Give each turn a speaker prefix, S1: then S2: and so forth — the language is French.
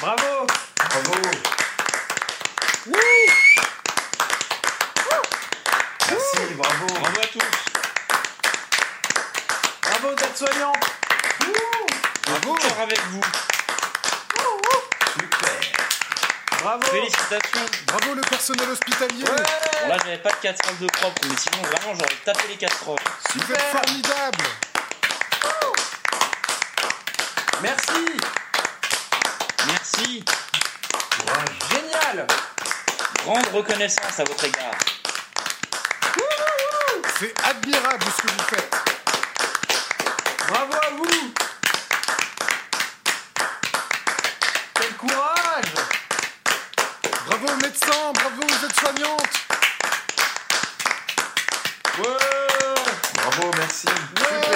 S1: Bravo!
S2: Bravo. Merci, bravo.
S1: Bravo à tous! Bravo aux aides-soignants!
S2: Bravo.
S1: Cœur avec vous!
S2: Super.
S1: Bravo!
S3: Félicitations.
S4: Bravo le personnel hospitalier
S3: Bon, là, j'avais pas de 4 salles de propre, mais sinon, vraiment, j'aurais tapé les 4 propres.
S4: Vous êtes formidable
S1: Merci!
S3: Merci.
S2: Courage.
S1: Génial!
S3: Grande reconnaissance à votre égard.
S4: C'est admirable ce que vous faites
S1: Bravo à vous! Quel courage!
S4: Bravo aux médecins, bravo aux aides-soignantes
S1: Ouais!
S2: Bravo, merci.
S4: Ouais